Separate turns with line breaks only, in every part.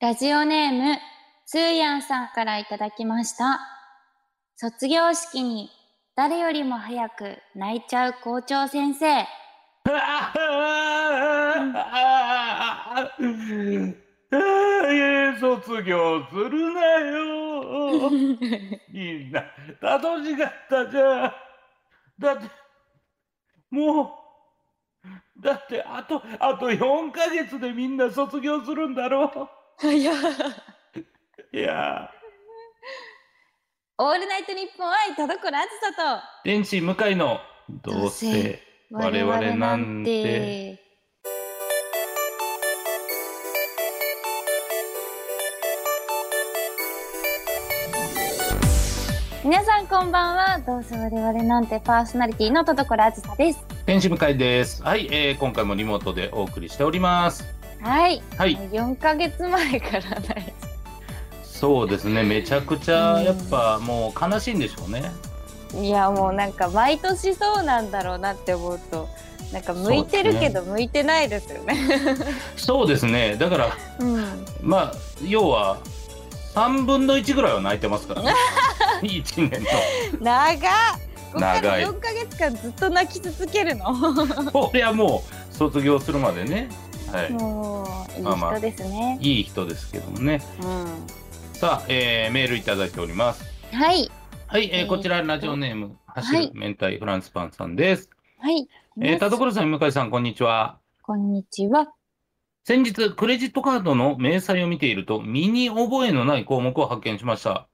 ラジオネーム、つーやんさんからいただきました。卒業式に誰よりも早く泣いちゃう校長先生。
ああ卒業するなよ。みんな楽しかったじゃん。だって、もう、だってあと、あと4ヶ月でみんな卒業するんだろ
早
う。いや
オールナイトニッポン愛田所あずさ
ー、天使向かいの、どう
どう
せ
せ、と
我々なんて。
皆さんこんばんはどうせ我々なんてパーソナリティの田所あずさです
天使向かいです。はい、えー今回もリモートでお送りしております。
はい
はい。
4ヶ月前からない
そうですね、めちゃくちゃやっぱもう悲しいんでしょうね。
いやもうなんか毎年そうなんだろうなって思うとなんか向いてるけど向いてないですよね。
そうですね、だから、
うん、
まあ、要は3分の1ぐらいは泣いてますからね、1年
長っここか
長
ら
い
4ヶ月間ずっと泣き続けるの
の。これはもう卒業するまでね、は
もういい
まあまあ
人ですね、
い、いい人ですけどもね。
う
さあ、えーメールいただいております。
ん、はい
はい、えー
えー
こちらラジオネーム、
い
走る明太フランスパンさんです。
はい、
えー田所さん、向井さん、こんにちは。
こんにちは
先日、クレジットカードの明細を見ていると、身に覚えのない項目を発見しました。
は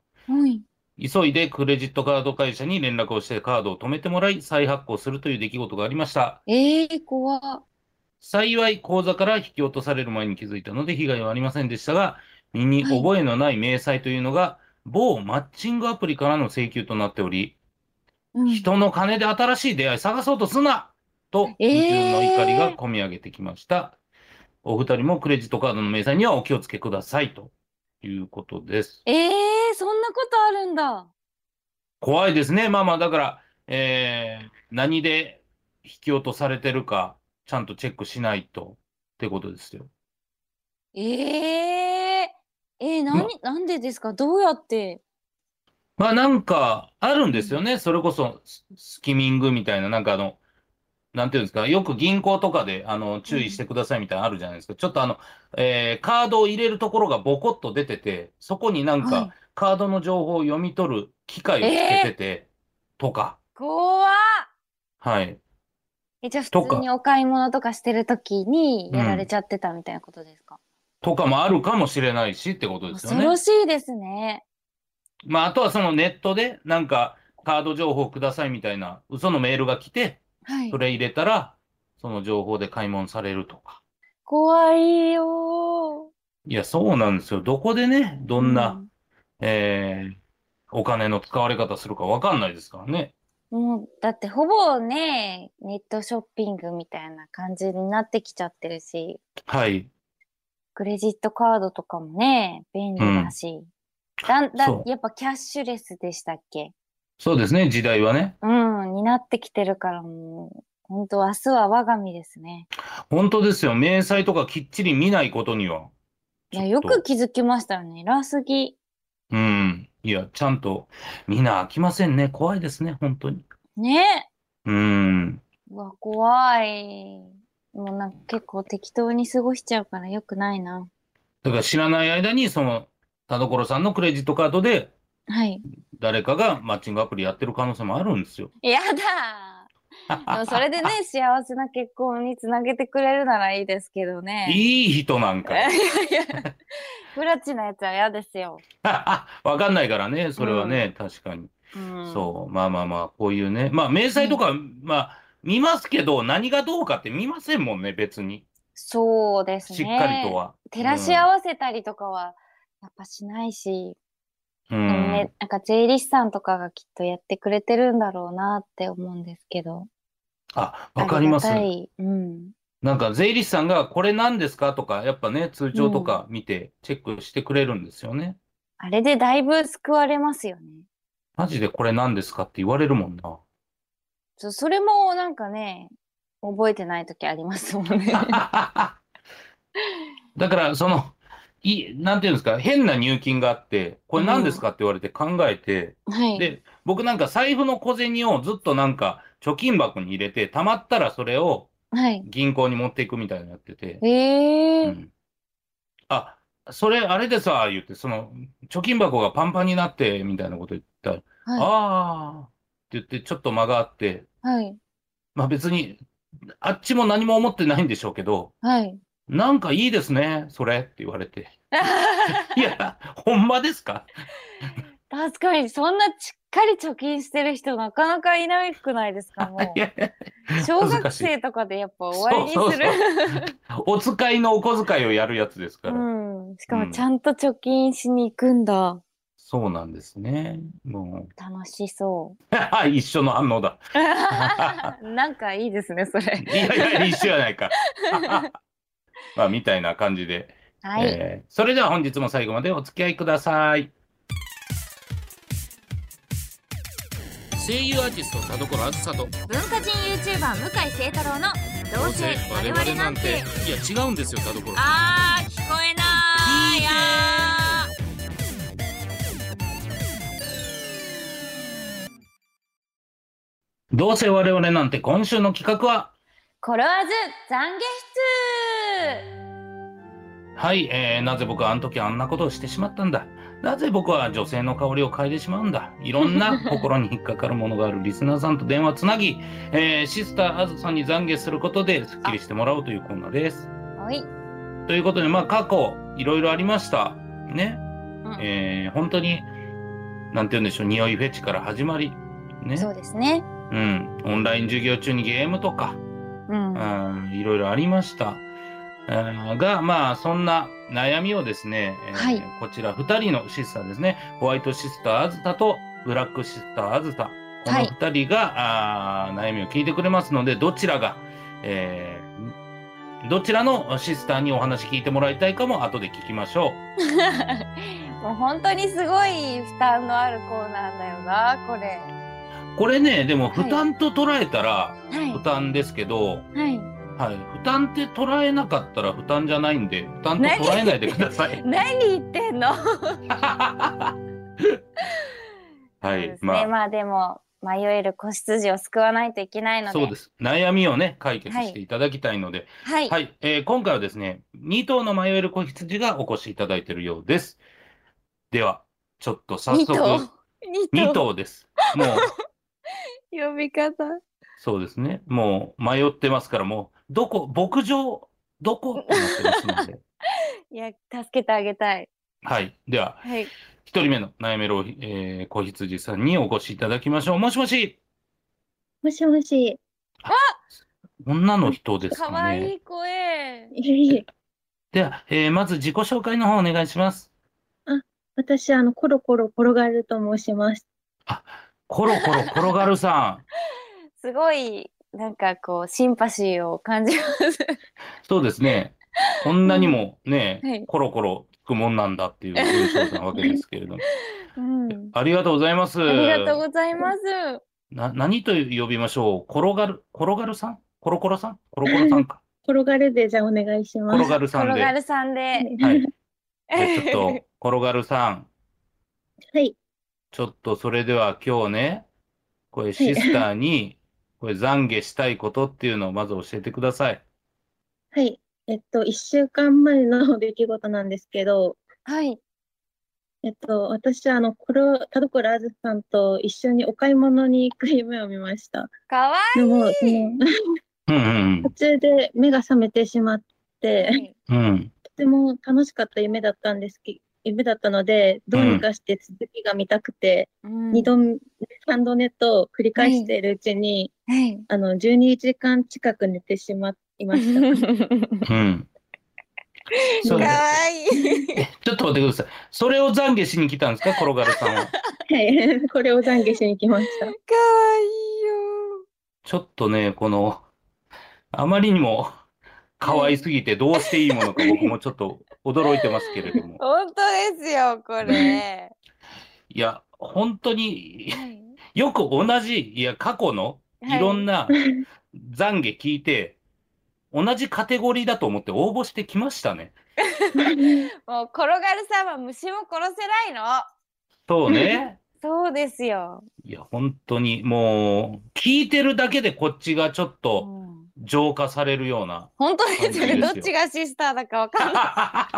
い
急いでクレジットカード会社に連絡をしてカードを止めてもらい、再発行するという出来事がありました。
えー、怖っ
幸い、口座から引き落とされる前に気づいたので被害はありませんでしたが、身に覚えのない明細というのが、某マッチングアプリからの請求となっており、
うん
人の金で新しい出会い探そうとすなと、矛
えー
盾の怒りが込み上げてきました。お二人もクレジットカードの明細にはお気をつけくださいということです。
えー、そんなことあるんだ
怖いですね。まあまあ、だから、えー何で引き落とされてるか、ちゃんとチェックしないとってことですよ。
えー、えー、なになんでですかどうやって
まあなんか、あるんですよね。それこそ、ススキミングみたいな、なんかあの、なんていうんですか、よく銀行とかで、あの、注意してくださいみたいなのあるじゃないですか。ちょっとあの、えーカードを入れるところがボコッと出てて、そこになん
はい
か、カードの情報を読み取る機械をつけてて、とか、
怖っ
はい。
えじゃあ
と
普
か
通にお買い物とかしてる時にやられちゃってたみたいなことですか、
とかもあるかもしれないしってことですよ
恐
ね
ろ。しいですね。
まあ、あとはそのネットで、なんか、カード情報くださいみたいな、嘘のメールが来て、
はい
そ。れ入れたら、その情報で買い物されるとか。
怖いよ
いや、そうなんですよ。どこでね、
ー。
どんな、
うん
えーお金の使われ方するかわかんないですからね。
もう、だってほぼね、ネットショッピングみたいな感じになってきちゃってるし、
はい。
クレジットカードとかもね、便利だし。だんだん
そ、う
やっぱキャッシュレスでしたっけ
そうですね、時代はね。
うん、になってきてるからもう、本当明日は我が身ですね。
本当ですよ。明細とかきっちり見ないことには。
いや、
ちょ
よ
っと
く気づきましたよね。偉すぎ。
うん。いや、ちゃんと、みんな飽きませんね。怖いですね、本当に。
ね
うん。
うわ、怖い。もうなんか結構適当に過ごしちゃうからよくないな。
だから知らない間に、その、田所さんのクレジットカードで、
はい。
誰かがマッチングアプリやってる可能性もあるんですよ。
やだでもそれでね、幸せな結婚につなげてくれるならいいですけどね。
いい人なん
い
か。
やいやいや、フラチなやつは嫌ですよ。
わかんないからね、それはね、確かに。
うん、
そう、まあまあまあ、こういうね、まあ、明細とか、まあ、見ますけど、何がどうかって見ませんもんね、別に。
そうですね。
しっかりとは。
照らし合わせたりとかは、やっぱしないし、
う
でも
ん。
ね、なんか税理士さんとかがきっとやってくれてるんだろうなって思うんですけど。
あ、わかります
あ。がたい。うん。
なんか、税理士さんが、これ何ですかとか、やっぱね、通帳とか見て、チェックしてくれるんですよね。
あれでだいぶ救われますよね。
マジでこれ何ですかって言われるもんな。
そそれもなんかね、 覚えてない時ありますもんね。
だから、その、い、なんていうんですか、変な入金があって、これ何ですかって言われて考えて、
はい。
で、僕なんか財布の小銭をずっとなんか貯金箱に入れて、貯まったらそれを
はい。
銀行に持っていくみたいになってて、
えー。
うん。あ、それあれでさ、言って、その、貯金箱がパンパンになって、みたいなこと言ったら、
は
ああ、って言って、ちょっと間があって、
い。はい。
まあ別に、あっちも何も思ってないんでしょうけど、
はい。
なんかいいですね、それって言われて。 いや、ほんまですか
確かに、そんなしっかり貯金してる人なかなかいないくないですか、も
いや
う。
いや
小
恥ずか
学
しい
生とかでやっぱ終わり
そう
に
そ
す
う
る。
お使いのお小遣いをやるやつですから。
うん。しか
う
も
ん
ちゃんと貯金しに行くんだ。
そうなんですね。 も、
楽しそう
一緒の反応だ。
う。 なんかいいですね、それ
い。やい や、一緒やないか。 まあ、みたいな感じで。
はい。
えーそれでは本日も最後までお付き合いください声優アーティスト田所あずさと
文化人 YouTuber 向井聖太郎の「どうせ我々なんて
いや違うんですよ田所」
あー聞こえないや
どうせ我々なんて今週の企画は
ーコロワーズ懺悔
はい、えーなぜ僕はあの時あんなことをしてしまったんだなぜ僕は女性の香りを嗅いでしまうんだいろん な心に引っかかるものがあるリスナーさんと電話つなぎ、えーシスターあずさんに懺悔することですっきりしてもらおうというコーナーです
室おい、
ということで、まあ、過去、いろいろありました。ね。
うん
えー本当に、なんて言うんでしょう、匂いフェチから始まり。ね。
そうですね
うん。オンライン授業中にゲームとか、
うんは
うん、いろいろありました。うんが、まあ、そんな悩みをですね、えー
はい
こちら2人のシスターですね、ホワイトシスターあずたとブラックシスターあずた、この
はい
2人が、あー悩みを聞いてくれますので、どちらが、えーどちらのシスターにお話聞いてもらいたいかも後で聞きましょ
もう本当にすごい負担のあるコーナーだよなこれ
う。これね、でも
はい
負担と捉えたら負
は
担ですけど、
いはい
はい、負担って捉えなかったら負担じゃないんで、負担と捉えないでください。
何言ってんの そう
はい
で、すね
まあ、
まあでも迷える子羊を救わないといけないので
そうです。悩みをね、解決していただきたいので、
はい、
はい、えー今回はですね、2頭の迷える子羊がお越しいただいているようです。では、ちょっと早
二
速、
頭
2
2
頭です。もう、
呼び方
そうですね、もう迷ってますから、もう、どこ、牧場、どこってなってますので。
いや助けてあげたい
はい、では、
はい
1人目の悩めるお、えー、子羊さんにお越しいただきましょう。もしもし、
もしもし。
女の人です
か
か
わい
ね。
い声。
いえいえ
では、えーまず自己紹介の方お願いします。
私、あの、コロコロ転がると申します。
コロコロ転がる さん。
すごい、なんかこう、シンパシーを感じます。
そうですね。こんなにもね、
はい
コロコロつくもんなんだっていう文章なわけですけれども。
うん。
ありがとうございます。
ありがとうございます。
な何と呼びましょう転がる、転がるさんコロコロさんコロコロさんか。
転がるで、じゃあお願いします。
転がるさん
転
で。
が
は
るさんで。
い。じゃあちょ っと、転がるさん。
はい。
ちょっとそれでは今日ね、これシスターに、これ懺悔したいことっていうのをまず教えてください。
はい。えっと、一週間前の出来事なんですけど、
はい。
えっと、私、あの、コロ、田所あずさんと一緒にお買い物に行く夢を見ました。
かわ
でも、その、
うんうん
途中で目が覚めてしまっ
い
て、
い。
うん。うん。
とても楽しかった夢だったんですけ夢だったので、どうにかして続きが見たくて、
二
二度目、三度寝と繰り返しているうちに、
はい。
あの、12時間近く寝てしまい ました。
うん。そ
か
れ、
わいい。
ちょっと待ってください。それを懺悔しに来たんですか、転がるさんは。
はい。これを懺悔しに来ま した。
かわいいよ。
ちょっとね、この、あまりにも可愛すぎてどうしていいものか僕もちょっと驚いてますけれども。
本当ですよ、これ。
いや、本当に
はい
よく同じ、いや、過去のいろん な懺悔聞いて、同じカテゴリーだと思って応募してきましたね。
もう転がるさは虫も殺せないの。
そう ね。
そうですよ。
いや、本当に、もう、聞いてるだけでこっちがちょっ
う
と
ん
浄化されるような。
本当ですよね。ど
感
っ
じです
ち
よ
がシスターだかわかんない。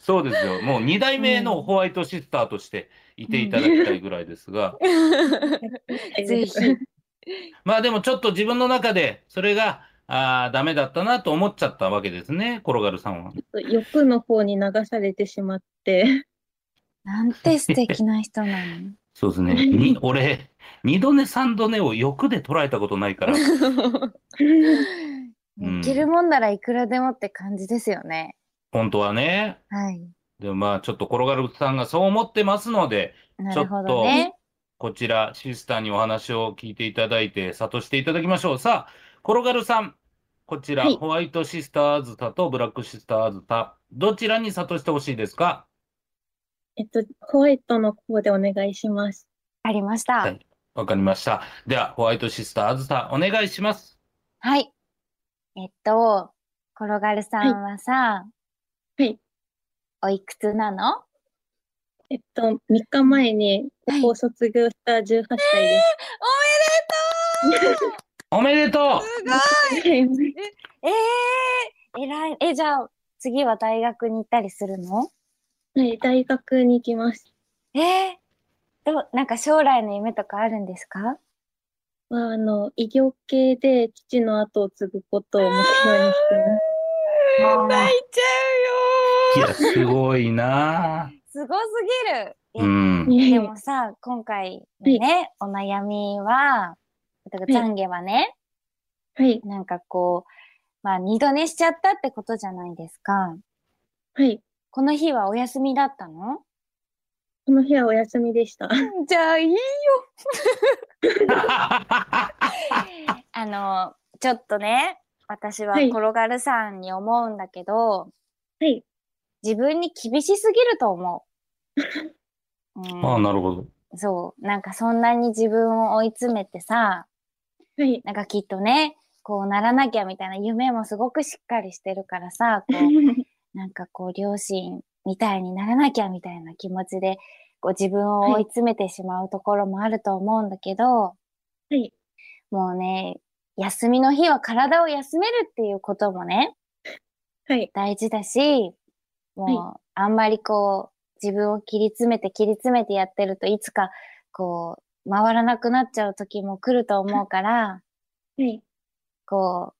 そうですよ。もう2代目のホワイトシスターとしていていただきたいぐらいですが。
ぜ ひ。
まあでもちょっと自分の中で、それが、ああ、ダメだったなと思っちゃったわけですね、転がるさんは。
欲の方に流されてしま って、
なんて素敵な人なの。
そう ですね。に俺、二度寝三度寝を欲で捉えたことないから。うん
いけるもんならいくらでもって感じですよね。
本当はね。
はい。
でもまあちょっと転がるさんがそう思ってますので、
な
ちょ
る
っ
ほ
と
どね。
こちらシスターにお話を聞いていただいて、諭していただきましょう。さあ、転がるさん。こちら、
はい
ホワイトシスターズタとブラックシスターズタ、どちらに諭してほしいですか
えっと、ホワイトの方でお願いします。
ありました。
は
はい
わかりました。では、ホワイトシスターズタ、お願いします。
い。えっと、転がるさんはさ、
はい。
おいくつなの
えっと、3日前に高校卒業した18歳で
おめ
す
でと
ご
す。
い
はい
ええー、えらい。え、じゃあ、次は大学に行ったりするの
はい、大学に行きます。
ええー。どう、なんか将来の夢とかあるんですか
まあ、あの、医療系で父の後を継ぐことを目標にしてます。
泣いちゃ
ういや、すごいなあ
すごすぎる。え
うん。
いえいえ
でもさ、今回のね、お悩みは、だから懺悔はね、
はい、
なんかこう、まあ二度寝しちゃったってことじゃないですか。
はい。
この日はお休みだったの
この日はお休みでした。
じゃあいいよ。 あの、ちょっとね、私は
はい
転がるさんに思うんだけど、
はい、
自分に厳しすぎると思 う。うん
ああ、なるほど。
そう。なんかそんなに自分を追い詰めてさ、
はい。
なんかきっとね、こうならなきゃみたいな夢もすごくしっかりしてるからさ、こう、なんかこう両親みたいにならなきゃみたいな気持ちで、こう自分を追い詰めてしまうところもあると思うんだけど、
はい、
もうね、休みの日は体を休めるっていうこともね、
はい、
大事だし、
は
もう、あんまりこう、自分を切り詰めて切り詰めてやってるといつか、こう、回らなくなっちゃう時も来ると思うから、
はい、
こ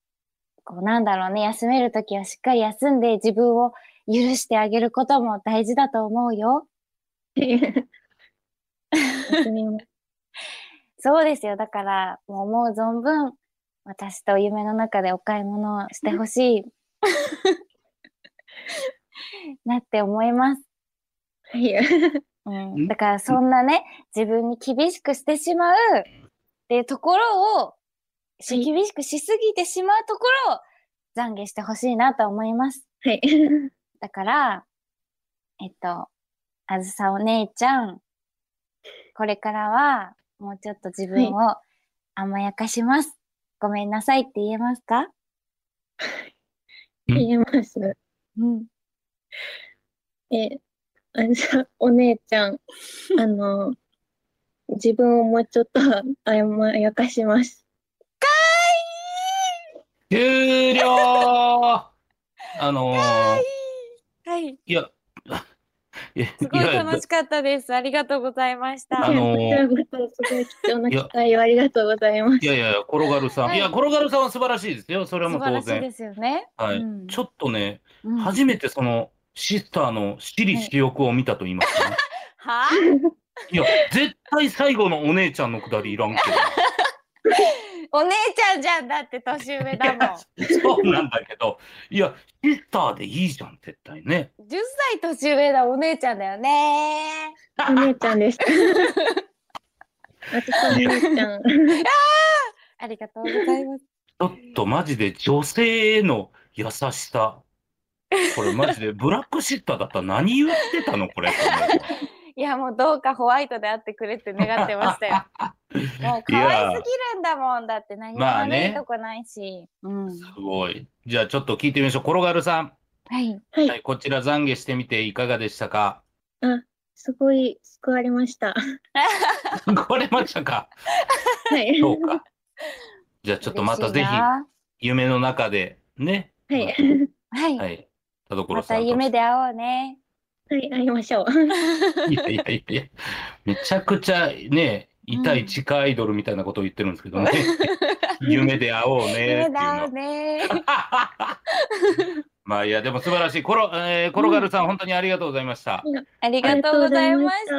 う、こうなんだろうね、休める時はしっかり休んで自分を許してあげることも大事だと思うよ。
休みます。
そうですよ。だから、もう思う存分、私と夢の中でお買い物をして ほしい。なって思います。
はい。
うん、だからそんなね、自分に厳しくしてしまうっていうところを、し
はい
厳しくしすぎてしまうところを懺悔してほしいなと思います。
はい。
だから、えっと、あずさお姉ちゃん、これからはもうちょっと自分を甘やかします。ごめんなさいって言えますか
言えます。
うん。
え、あじゃあお姉ちゃん、あの、自分をもうちょっとあやまやかします。
終了あのー、
はい。
いや、いや、
すごい
や
楽しかったです。ありがとうございました。
あのー
こちらこそすごい貴重な機会をありがとうございます。
いやいや、転がるさん。、
はいい
や、転がるさんは素晴らしいですよ。それはも
素
う
晴
当
らしい
然。
ですよね。
はい、
うん
ちょっとね、
うん
初めてそのシスターの私利私欲を見たと言いますか、ね。
はい
や、絶対最後のお姉ちゃんのくだりいらんけ
お姉ちゃんじゃんだって年上だも
ど。そうなんだけど、いや、シスターでいいじゃん、絶対ね。
ん。10歳年上だお姉ちゃんだよね。
お姉ちゃんです。あずさお姉ちゃん。
ありがとうございます。
ちょっとマジで女性への優しさ。これマジでブラックシスターだったら何言ってたのこれ。
いやもうどうかホワイトであってくれって願ってましたよ。 もう可愛すぎるんだもんだって何も
まあ
悪
ね
いとこないし。うん。
すごい。じゃあちょっと聞いてみましょう。転がるさん。
はい。
はい、
はい、こちら懺悔してみていかがでしたか
すごい救われました。
これましたか
はい。
そうか。じゃあちょっとまたぜ
嬉しいな
ひ夢の中でね。
はい。
はい。
はい。田
ま
所さ
た
んと。
夢で会おうね。
はい、会いましょう。
いやいやいやいや。めちゃくちゃね、痛い地下アイドルみたいなことを言ってるんですけどね。 夢で会おうねっていう
夢
の
で会お
は
う。ね。
まあいやでも素晴らしい。コロ、えー、コロガルさん、本当にありがとうございました。
ありがとうございまし
あ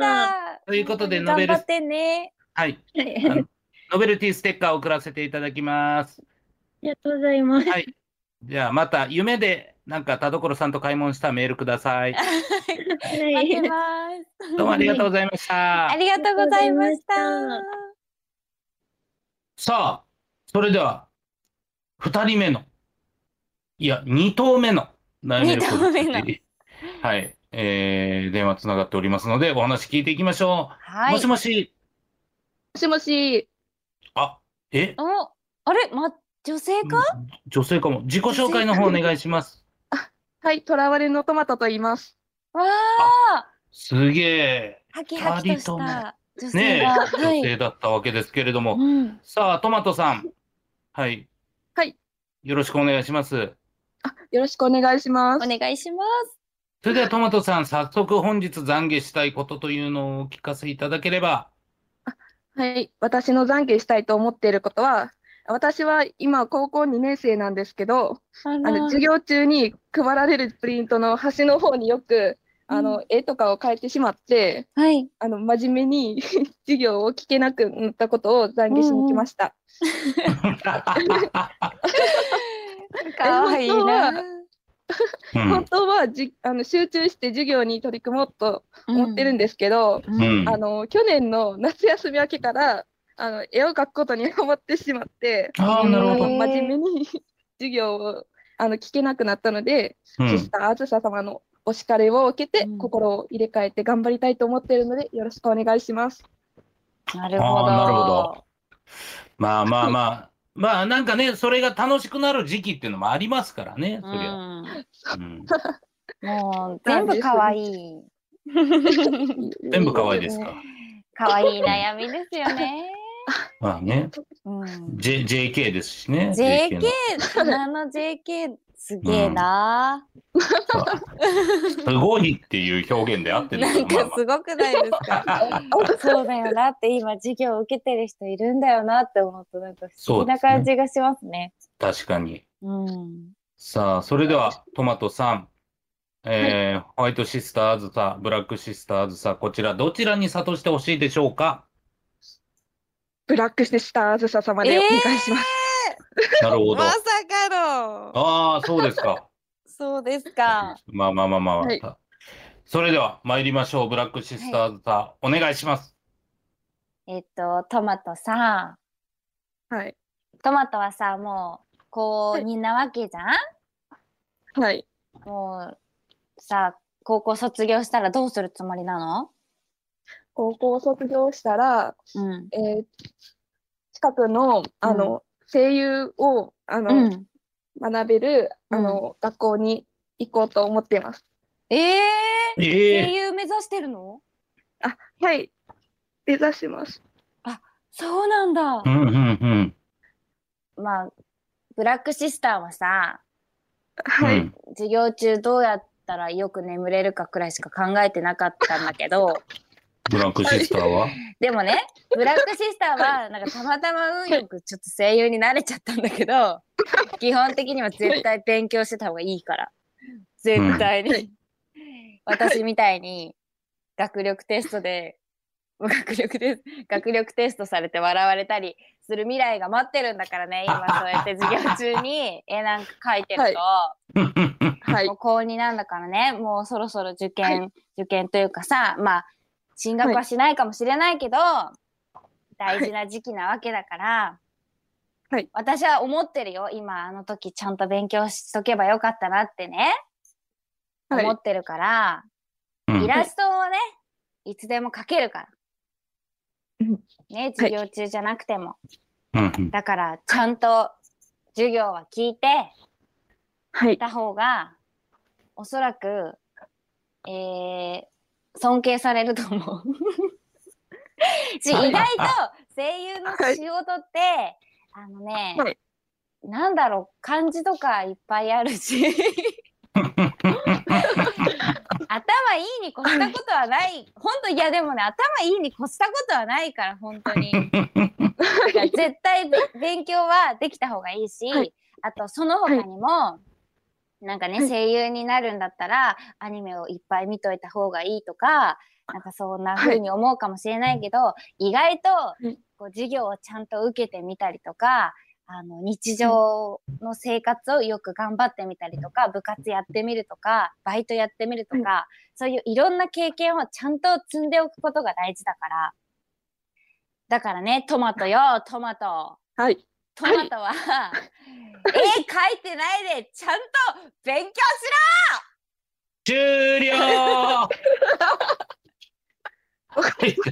た。
ということでノベ
頑張
ル
ってね。
はい。
はい、
あのノベルティステッカーを送らせていただきます。
ありがとうございます。
はい。じゃあまた夢でなんか田所さんと買い物したメールください。
は
待って
い。
ます。
どうもありがとうございました
あ。りがとうございました。
さあ、それでは、二人目の、いや、二頭目の悩める子
二頭目の
はい、えー、電話つながっておりますので、お話聞いていきましょう。
は
もし
い。
もし、
もしもし、
あ、え、
お、あれ、ま、女性か。
女性かも。自己紹介の方お願いします。
はい、とらわれのトマトと言います。
わあ。
すげえ、
ハキハキとした。女性
ねえ、
が。は
女
い。
性だったわけですけれども。
うん。
さあ、トマトさん。はい。
はい。
よろしくお願いします。
あ、よろしくお願いしま
お
す。
願いしま
それではトマトさん、早速本日懺悔したいことというのをお聞かせいただければ。
はい、私の懺悔したいと思っていることは、私は今高校2年生なんですけど、
す。あ
あの授業中に配られるプリントの端の方によくあの、絵とかを変えてしまって、
はい。
あの真面目に 授業を聞けなくなったことを懺悔しに来ました。
かわいいな。
うん
本当はじあの集中して授業に取り組もうと思ってるんですけど、
うん。
うん
あの去年の夏休み明けからあの絵を描くことにハマってしまって
あーなるほど
真面目に授業をあの聞けなくなったので、
うん
シスターあずさ様のお叱りを受けて、
うん
心を入れ替えて頑張りたいと思っているのでよろしくお願いします。
なるほ
あーなるほ
ど。
まあまあまあ、まあなんかね、それが楽しくなる時期っていうのもありますからね、そりゃ。
うん
うん
もう全部可愛い。
全部可愛いですか。
可愛い悩みですよね。
まあね、
うん。
J、JK ですしね。
JK
の、
花の JK、すげえな、
すごいっていう表現であってる
な
の
ん
か
かすごくないですか
まあまあ
そうだよなって今授業を受けてる人いるんだよなって思うとなんか不思議な感じがしますね。
確かに。
うん。
さあ、それではトマトさん、えーホワイトシスターあずさ、ブラックシスターあずさ、こちらどちらに諭してほしいでしょうか。
ブラックシスターあずさ様でお願いします。
なるほど。
ま
あ
さかの
あー、そうですか。
そうですか。
まあまあまあまあ、
はい
それでは参りましょう。ブラックシスターズさん、お願いします。
えっと、トマトさ
はい、
ん、トマトはさ、もう高2なわけじゃん、
はい、
もうさ、高校卒業したらどうするつもりなの
高校を卒業したら、
うん。
えー近くのあの、声優をあの、
うん。
学べる、
うん
あの学校に行こうと思っています。
ええ
え
声優目指してるの
はい、目指します。
そうなんだ
う。んうんうん。
まあ、ブラックシスターはさ、
はい、
うん
授業中どうやったらよく眠れるかくらいしか考えてなかったんだけど、
ブラックシスターは、
でもね、ブラックシスターは、なんかたまたま運よくちょっと声優になれちゃったんだけど、基本的には絶対勉強してた方がいいから。絶対に。私みたいに、学力テストで、学力テスト、学力テストされて笑われたりする未来が待ってるんだからね、今そうやって授業中に絵なんか描いてると、
はい
もう、高2なんだからね、もうそろそろ受験、受験というかさ、まあ、進学はしないかもしれないけど、大事な時期なわけだから、
はい
私は思ってるよ、今、あの時ちゃんと勉強しとけばよかったなってね、
はい
思ってるから、
うん
イラストをね、いつでも描けるから
うん。
ね、授業中じゃなくても。
うんうん
だから、ちゃんと授業は聞いて
はい、
た方がおそらく、えー、尊敬されると思う。し意外と声優の仕事って、あのね、
はい
なんだろう漢字とかいっぱいあるし頭いいに越したことはない本当いやでもね頭いいに越したことはないから本当に。だから絶対べ勉強はできた方がいいし、
はい
あとその他にも、なんかね、
はい
声優になるんだったらアニメをいっぱい見といた方がいいとかなんかそんな風に思うかもしれないけど、意外と
い
こう授業をちゃんと受けてみたりとかあの日常の生活をよく頑張ってみたりとか部活やってみるとかバイトやってみるとか、そういういろんな経験をちゃんと積んでおくことが大事だから。だからね、トマトよ、トマト。
はい。
トマトは、絵描いてないで、ちゃんと勉強し
終了はいというこ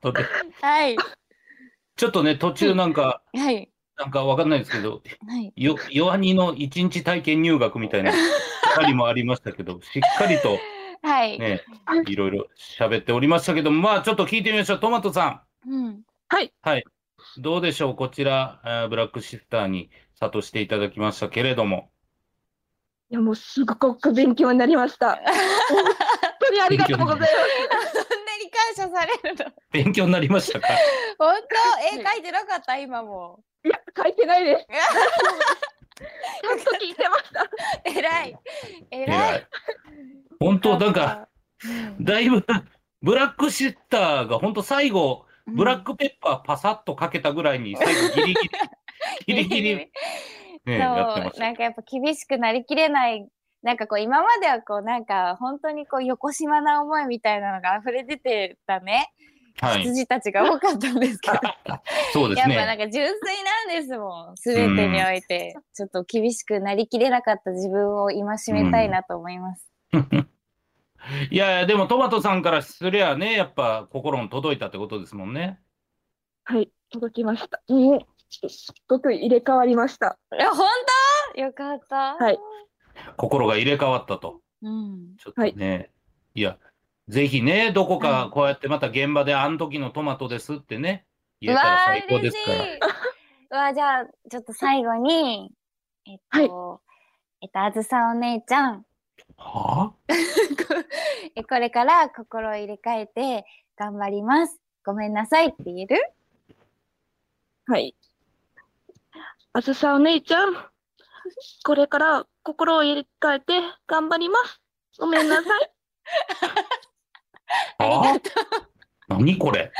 とで
ろはい。
ちょっとね、途中なんか、
はい。
なんかわかんないですけど、
はい。
よ、弱にの一日体験入学みたいな、二人もありましたけど、しっかりと
はい。
ね、いろいろ喋っておりましたけど、まあちょっと聞いてみましょう。トマトさ
うん。
はい。
ん、どうでしょうこちら、えーブラックシスターに諭していただきましたけれども。
いや、もうすごく勉強になり ました。本当にありがとうございます。
そんなに感謝されるの。
勉強になりましたか
本当絵描いてなかった、今も。
いや、書いてないです。 ちゃんと聞いてました。
えらい。えら
偉
い。
い。本当、なんか、だいぶ、ブラックシスターが本当最後、
うん、
ブラックペッパーパサッとかけたぐらいに、最後ギリギリ、ギリ ギリ、ね、やってま
そ
し
う、
た
なんかやっぱ厳しくなりきれない。なんかこう今まではこうなんか本当にこう横島な思いみたいなのが溢れ出てたね、
はい、
羊たちが多かったんですけど、
そうです
やっぱなん
ね。
か純粋なんですもん全てにおいてちょっと厳しくなりきれなかった自分を戒めたいなと思います。
いやいや、でもトマトさんからすりゃね、やっぱ心に届いたってことですもんね。
はい、届きました。もう、すっごく入れ替わりました。
いや本当よかった。
はい。
心が入れ替わったと。
うん、
ちょっとね、い、や、ぜひね、どこかこうやってまた現場で、あの時のトマトですってね、言えたら最高です
うわ
か
ー
ら。
嬉しいうわじゃあちょっと最後にえっと、えっとあずさお姉ちゃ ん
は
えこれから心を入れ替えて頑張ります。ごめんなさいって言える
はい。あずさお姉ちゃん、これから心を入れ替えて頑張ります。ごめん なさい。
あは あ何これ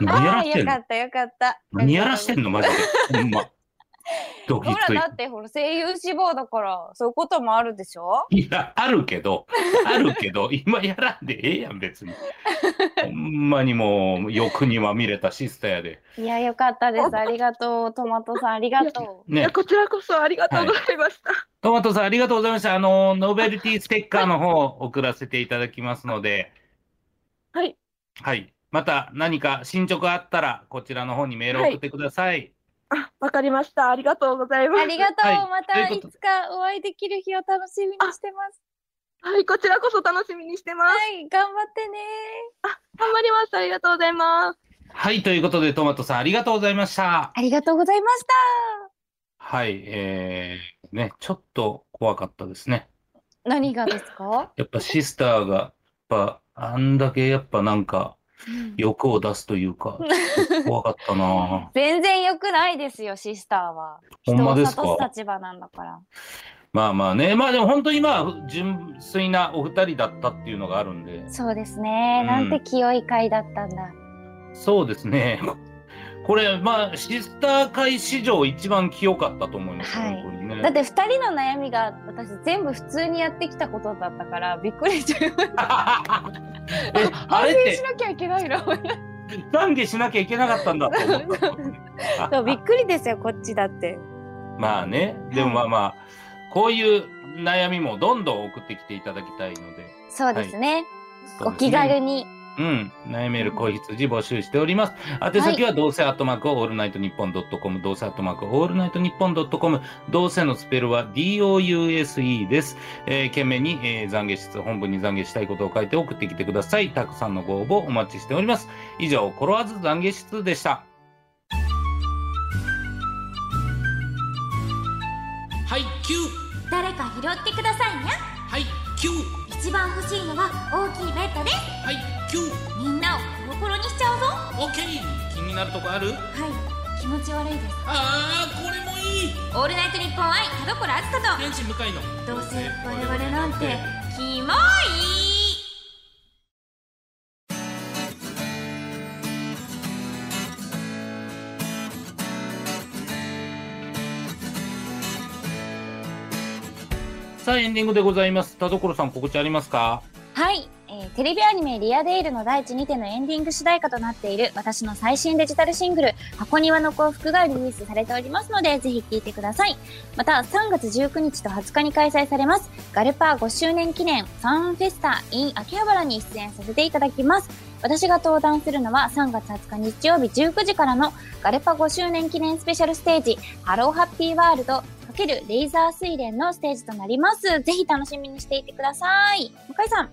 何や
あ
ら
あ
し
ー、
て
よ
ん
か
の
ったよかった。
何やらしてんのマジで。ほんま。ドキ
ほ
ッと
ら、だってほら、声優志望だから、そういうこともあるでしょ
いや、あるけど、あるけど、 今やらんでええやん、別に。ほんまにもう、欲にまみれたシスターやで。
いや、よかったです。 ありがとう。トマトさん、ありがとう。
い
ね
や、こちらこそありがとうございました。
トマトさん、ありがとうございました。あの、ノベルティステッカーの方、送らせていただきますので、
はい。
はい。また何か進捗あったら、こちらの方にメールを送ってください。
あ、わかりました。ありがとうございます。
ありがとう。
はい
ま
と
た
いう
い
こと
つかお会いできる日を楽しみにしてます。
はい、こちらこそ楽しみにしてま
は
す。
い、頑張ってね。
頑張ります。ありがとうございます。
はい。ということで、トマトさん、ありがとうございました。
ありがとうございました。
はい。えー、ね、ちょっと怖かったですね。
何がですか、
やっぱシスターが、やっぱ、あんだけやっぱなんか、欲を出すというか、怖かったなぁ。
全然良くないですよ、シスターは。
ほんまですか
人を諭す立場なんだから。
まあまあね、まあでも本当にまあ、純粋なお二人だったっていうのがあるんで、
そうですね。
うん
なんて清い会だったんだ。
そうですね。これ、まあ、シスター界史上一番清かったと思います、
はい
本当にね。
だって2人の悩みが私全部普通にやってきたことだったからびっくりしちゃいまし
え
た。
あれ
反
っ
省してなきゃいけないの。
懺悔しなきゃいけなかったんだと思った。
そうびっくりですよこっちだって。
まあね、でもまあまあ、こういう悩みもどんどん送ってきていただきたいので。
そうですね。
そう
お
ですね
気軽に
うん、悩める子羊募集しております。宛先はどうせアットマークオールナイトニッポンドットコム、どうせアットマークオールナイトニッポンドットコム、どうせのスペルは DOUSE です。えー、懸命に、えー、懺悔室、本部に懺悔したいことを書いて送ってきてください。たくさんのご応募お待ちしております。以上、コロワーズ懺悔室でした。
はい、キュー
誰か拾ってくださいにゃ
はい、キュー
一番欲しいのは大きいベッドです
はい、キュー
みんなをコロコロにしちゃうぞ
オッケー気になるとこある
はい気持ち悪いです
あー、これもいい
オールナイトニッポン愛田所あずさ
天使向かいの
とどうせ我々なんてキモい
さあ、エンディングでございます。田所さん、告知ありますか
はい、えーテレビアニメ「リアデイルの大地にて」のエンディング主題歌となっている私の最新デジタルシングル「箱庭の幸福」がリリースされておりますのでぜひ聴いてくださいまた3月19日と20日に開催されますガルパー5周年記念ファンフェスタ in 秋葉原に出演させていただきます私が登壇するのは3月20日日曜日19時からのガルパ5周年記念スペシャルステージハローハッピーワールド×レイザー水蓮のステージとなります。ぜひ楽しみにしていてください。向井さん。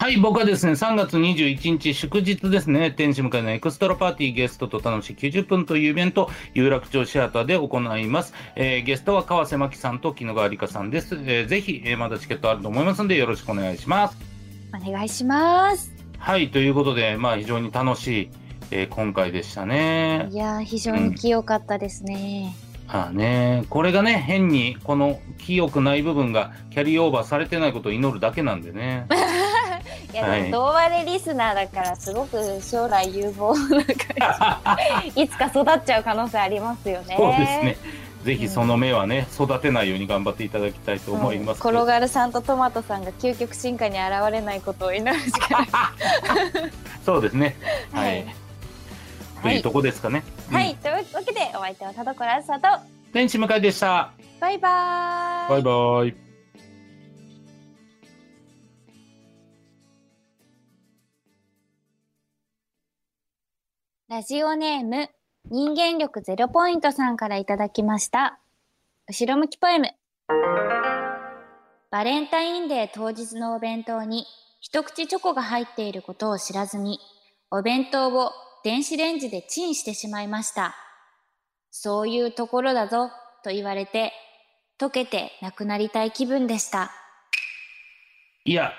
はい、僕はですね、3月21日祝日ですね、天使向かいのエクストラパーティーゲストと楽しい90分というイベント、有楽町シアターで行います。えーゲストは川瀬真紀さんと木野川理香さんです。えーぜひ、えーまだチケットあると思いますので、よろしくお願いします。
お願いします。
はい、ということで、まあ非常に楽しい、えー今回でしたね。
いやー、非常に清かったですね。
まあね、これがね、変にこの清くない部分がキャリーオーバーされてないことを祈るだけなんでね。
いや、
はい
でも、同割れリスナーだから、すごく将来有望な感じ。いつか育っちゃう可能性ありますよ ね。
そうですね。ぜひその目はね、育てないように頑張っていただきたいと
うん。
思います。
転がるさんとトマトさんが究極進化に現れないことを祈るしかない。
そうですね。は
はいい。
と
は
いう
い
と。こですかね。
は
うん。
い、というわけで、お相手は田所あずさと。
天使向井でした。
バイバーイ。
バイバイ。
ラジオネーム、人間力ゼロポイントさんからいただきました。後ろ向きポエム。バレンタインデー当日のお弁当に一口チョコが入っていることを知らずに、お弁当を電子レンジでチンしてしまいました。そういうところだぞと言われて、溶けてなくなりたい気分でした。
いや、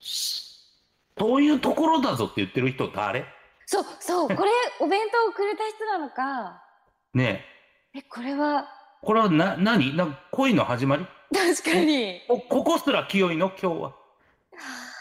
そういうところだぞって言ってる人誰
そう、そう、これお弁当をくれた人なのか。
ねえ。
え、これは、
これはな、何なんか恋の始まり
確かに。
おここすら清いの今日は。
はあ